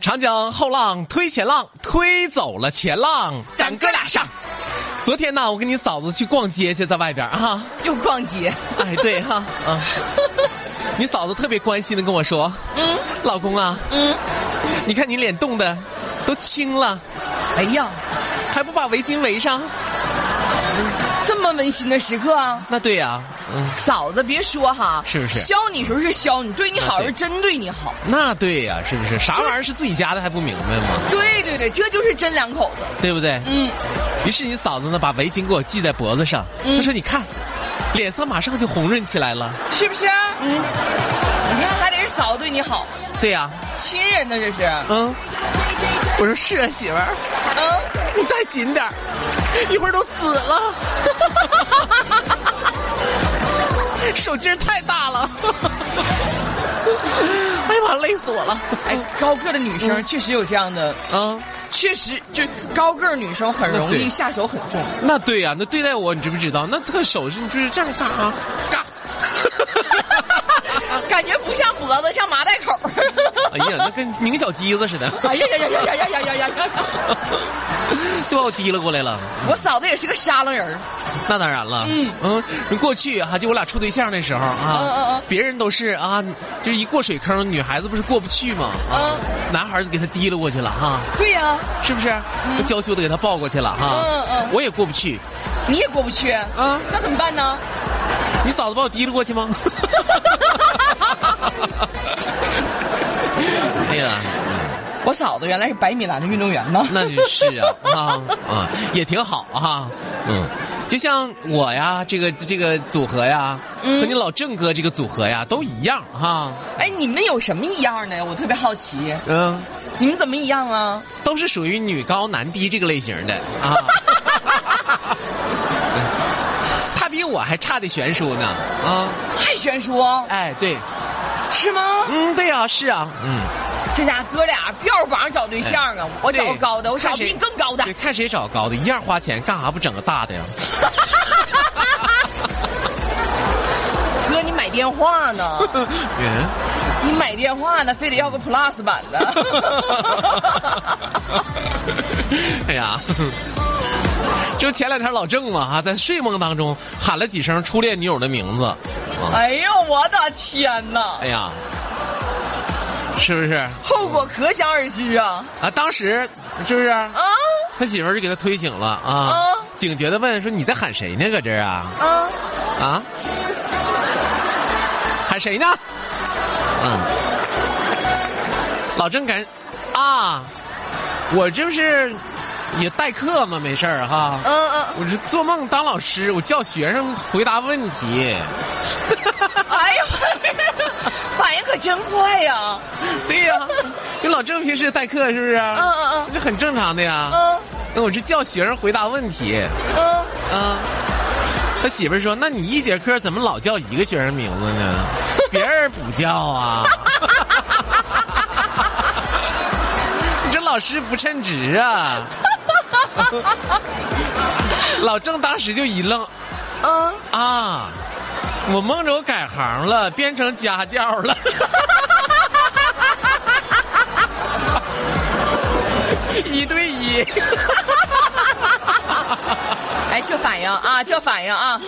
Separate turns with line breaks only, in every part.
讲讲后浪推前浪，推走了前浪，咱哥俩上。昨天呢，我跟你嫂子去逛街去，在外边儿 啊，
又逛街，
哎，对哈，啊，你嫂子特别关心的跟我说，
嗯
老公啊，
嗯，
你看你脸冻的都青了，
哎呀，
还不把围巾围上？
这么温馨的时刻啊！
那对呀、嗯，
嫂子，别说哈，
是不是啊
削你时候是削你，对你好
那对
是真对你好，
那对呀、是不是？啥玩意儿是自己家的还不明白吗？
对对对，这就是真两口子。
对不对？
嗯，
于是你嫂子呢，把围巾给我系在脖子上，
嗯
她说：“你看，脸色马上就红润起来了。
是不是？嗯，你看还得是嫂子对你好，”
对呀、
亲人呢这是。
嗯，我说是啊，媳妇儿，
嗯，
你再紧点儿，一会儿都紫了。 手劲儿太大了， 哎呀妈，累死我了！
哎，高个的女
嗯
生确实有这样的，
啊、
确实就高个儿女生很容
那对
易下手很 重。
那对呀、那对待我，你知不知道？那特手是，你就是这样干啊，嘎。
感觉不像脖子，像麻袋口。
哎呀，那跟拧小鸡子似的，
哎呀呀呀呀呀呀呀呀呀！
就把我提了过来了。
我嫂子也是个沙楞人儿，
那当然了，嗯
嗯
过去哈、就我俩处对象那时候啊，
嗯嗯嗯
别人都是啊，就是一过水坑，女孩子不是过不去吗？啊，男孩就给她提溜过去了哈、
对呀、
是不是？都娇羞的给她抱过去了哈、
嗯嗯
我也过不去，
你也过不去
啊
啊，那怎么办呢？
你嫂子把我提溜过去 吗？哎呀，
我嫂子原来是百米栏的运动员呢。
那就是啊啊啊，也挺好哈、嗯，就像我呀，这个这个组合呀，
嗯
和你老郑哥这个组合呀，都一样哈、
哎，你们有什么一样的？我特别好奇，
嗯，
你们怎么一样啊？
都是属于女高男低这个类型的 啊。嗯他比我还差的悬殊呢啊！
太悬殊，哦
哎，对，
是吗？
嗯，对啊，是啊，嗯，
这家哥俩标榜找对象啊，我找
对
高的，我找
看谁
比你更高的
对，，看谁找高的，一样花钱，干啥不整个大的呀？
哥你买电话 呢？
嗯，
你买电话呢，非得要个 Plus 版 的。
哎呀，就前两天老郑嘛哈，在睡梦当中喊了几声初恋女友的名字，
哎呦，我的天哪！
哎呀，是不是啊？
后果可想而知啊！
当时是不是？
啊
他媳妇儿就给他推醒了啊
啊，
警觉的问说：“你在喊谁呢？搁这儿啊
啊！
啊，喊谁呢？”嗯，老郑赶啊，我这不是也代课吗？没事儿哈。
嗯嗯，
我这做梦当老师，我教学生回答问题。
哎呀，反应可真快呀、
对呀、你老郑平时代课是不是？
嗯嗯
这很正常的呀。
嗯
那我这教学生回答问题
嗯
啊。他媳妇儿说：“那你一节课怎么老叫一个学生名字呢？ 别人不叫啊。你这老师不称职啊！”老郑当时就一愣，
嗯嗯，
啊，我梦着我改行了，变成家教 了。一对一，
哎，这反应啊，这反应啊！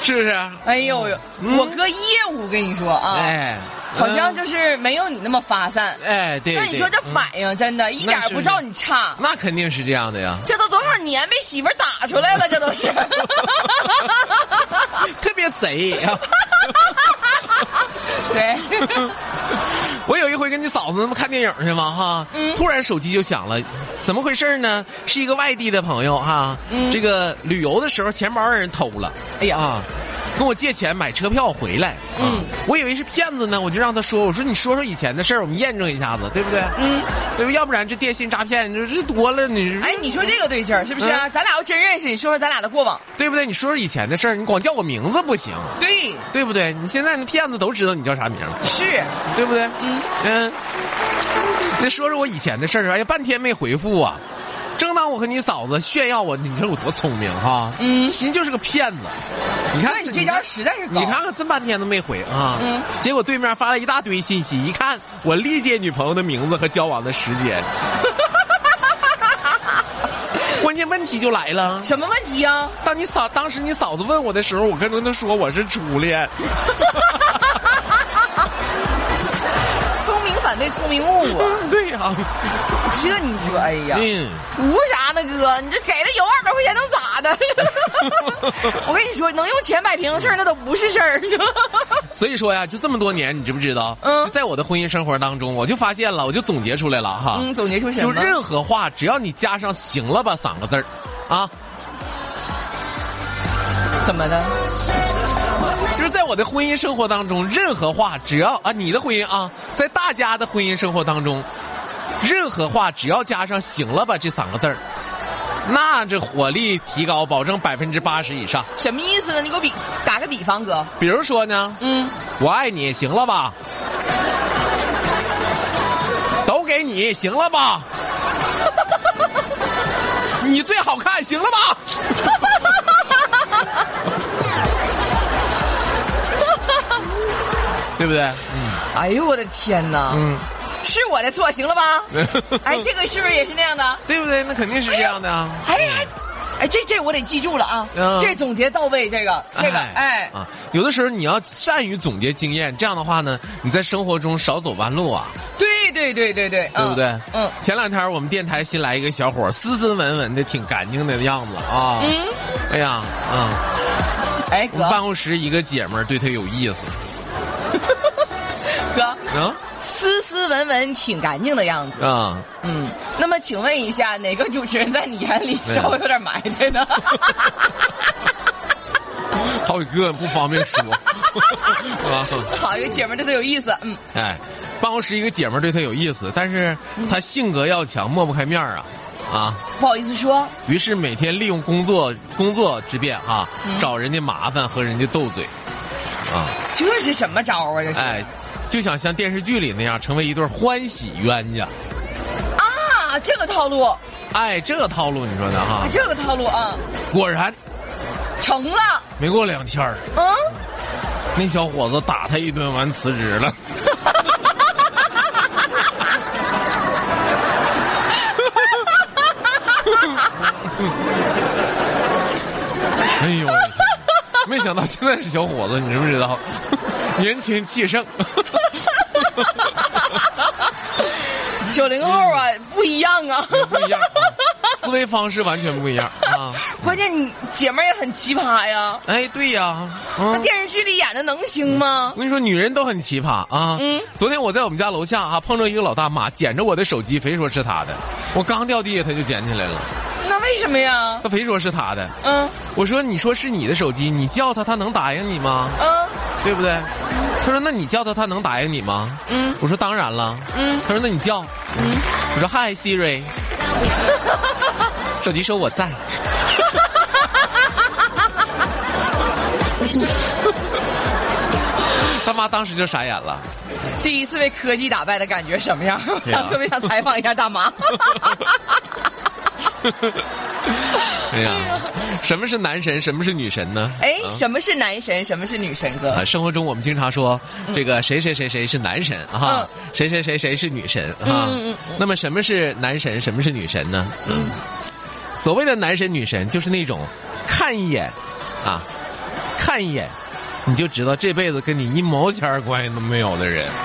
是不是？啊
哎呦呦，我哥业务跟你说啊，
哎，
好像
就
就是没有你那么发散。
哎，对。
那你说
对
这反应真的，一点不照你差。
那肯定是这样的呀，
这都多少年被媳妇儿打出来了，这都是。
特别贼。
对，
我有一回跟你嫂子他们看电影去嘛哈，
嗯
突然手机就响了，怎么回事呢？是一个外地的朋友哈，
嗯
这个旅游的时候钱包让人偷了，
哎呀
啊，跟我借钱买车票回来，啊
嗯，
我以为是骗子呢，我就让他说，我说你说说以前的事儿，我们验证一下子，对不对？
嗯，
对吧？要不然这电信诈骗，你说这多了，你
哎，你说这个对劲儿是不是啊、咱俩要真认识，你说说咱俩的过往。
对不对？你说说以前的事儿，你光叫我名字不行，
对，
对不对？你现在那骗子都知道你叫啥名儿。
是，
对不对？
嗯
嗯。那说说我以前的事儿，哎呀，半天没回复啊。正当让我和你嫂子炫耀我，你知道我多聪明哈？
嗯
寻就是个骗子。你看
那你这招实在是高
你看看这半天都没回啊。
嗯
结果对面发了一大堆信息，一看我历届女朋友的名字和交往的时 间。关键问题就来了，
什么问题呀？
当你嫂当时你嫂子问我的时候，我跟她说我是初恋。
聪明反被聪明误啊！
嗯，对呀、
这你说，哎呀，
嗯，
图啥呢，哥？你这给了有二百块钱能咋的？ 我跟你说，能用钱买平的事儿，那都不是事儿。
所以说呀，就这么多年，你知不知道？
嗯
就在我的婚姻生活当中，我就发现了，我就总结出来了哈。
嗯，总结出什
就
么？
任何话，只要你加上“行了吧”三个字儿，啊，
怎么的？
就是在我的婚姻生活当中，任何话只要啊，你的婚姻啊，在大家的婚姻生活当中，任何话只要加上“行了吧”这三个字儿，那这火力提高，保证百分之八十以上。
什么意思呢？你给我比打个比方，哥。
比如说呢，
嗯，
我爱你，行了吧？都给你，行了吧？你最好看，行了吧？对不对？
哎呦我的天哪！
嗯，
是我的错，行了吧？哎，这个是不是也是那样的？
对不对？那肯定是这样的啊。
哎哎，哎，这这我得记住了啊！
嗯
这总结到位，这个这个，哎，
啊，有的时候你要善于总结经验，这样的话呢，你在生活中少走弯路啊。
对对对对对，
对不对？
嗯，
前两天我们电台新来一个小伙儿，斯斯文文的，挺干净的样子啊。
嗯，
哎呀，啊、
哎
我
哥
们办公室一个姐们儿对他有意思，
哥，
啊
斯斯文文挺干净的样子。
啊，
嗯，那么请问一下，哪个主持人在你眼里
没有
稍微有点埋 汰呢？
好几个不方便 说，啊，
好一个姐们儿，这都有意思。嗯，
哎，办公室一个姐们儿对他有意思，但是
嗯
他性格要强，抹不开面儿啊，啊，
不好意思说，
于是每天利用工作工作之便啊，
嗯
找人家麻烦和人家斗嘴，啊，
这是什么招啊？这是、
哎，就想像电视剧里那样成为一对儿欢喜冤家。
啊，这个套路，
哎，这个套路你说呢哈？
这个套路啊，
果然，
成了。
没过两天儿，
嗯，
那小伙子打他一顿完辞职了。哎呦，我的天！没想到现在是小伙子，你知不知道？年轻气盛，
九零后啊，不一样啊。
不一样、啊，思维方式完全不一样啊！
关键你姐们儿也很奇葩呀，
哎，对呀，嗯
那。电视剧里演的能行吗
我？跟你说，女人都很奇葩啊！
嗯
昨天我在我们家楼下啊，碰着一个老大妈，捡着我的手机，非说是她的。我刚掉地下，她就捡起来了，
那为什么呀？
她非说是她的。
嗯
我说：“你说是你的手机，你叫她，她能答应你吗？
嗯
对不对？”她说：“那你叫她，她能答应你吗？”
嗯
我说：“当然了。”
嗯
她说：“那你叫。”嗯，我说：“Hi Siri。”手机说我在。他妈当时就傻眼了。
第一次被科技打败的感觉什么样？我
对啊
想特别想采访一 下大妈。
哎呀，什么是男神，什么是女神呢？
哎，
啊
什么是男神？什么是女神？哥
啊，，生活中我们经常说这个谁谁谁谁是男神啊
嗯，
谁谁谁谁是女神啊
嗯嗯嗯。
那么什么是男神，什么是女神呢？嗯，所谓的男神女神就是那种看一眼啊，看一眼你就知道这辈子跟你一毛钱儿关系都没有的人。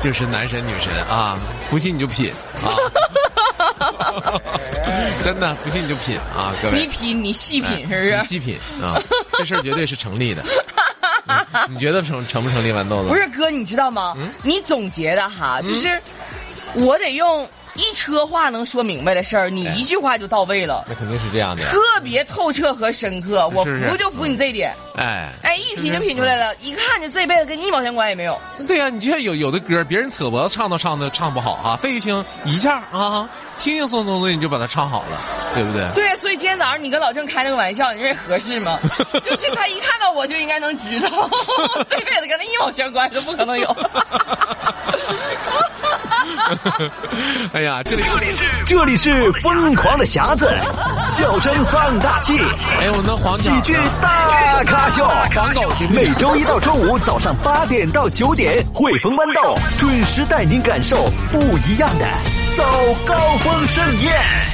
就是男神女神啊，不信你就品啊！ 真的，不信你就品啊，各位。
你品，你细品，是不
哎
是
你？细品啊，这事儿绝对是成 立的。嗯你觉得成成不成立豌豆子？
不是哥，你知道吗？
嗯
你总结的哈，就是我得用一车话能说明白的事儿，你
哎
一句话就到位了，
那肯定是这样的呀。
特别透彻和深刻。我
是是
服就服你这一点。
哎，
哎，一品就品出来了，
嗯
一看就这辈子跟你一毛钱关系没有。
对呀、你就像有有的歌，别人扯脖子唱都唱都唱不好啊，费玉清一下啊，轻轻松松的你就把它唱好了，对不对？
啊 对，所以今天早上你跟老郑开那个玩笑，你说这合适吗？就是他一看到了我就应该能知道， 这辈子跟他一毛钱关系都不可能有。
哎呀，这里是，
这里是疯狂的匣子，笑声放大器，
哎，我们的黄
喜
角呢
剧大咖秀。
黄狗行不
每
行？
周一到周五早上八点到九点，汇丰豌豆准时带您感受不一样的早高峰盛宴。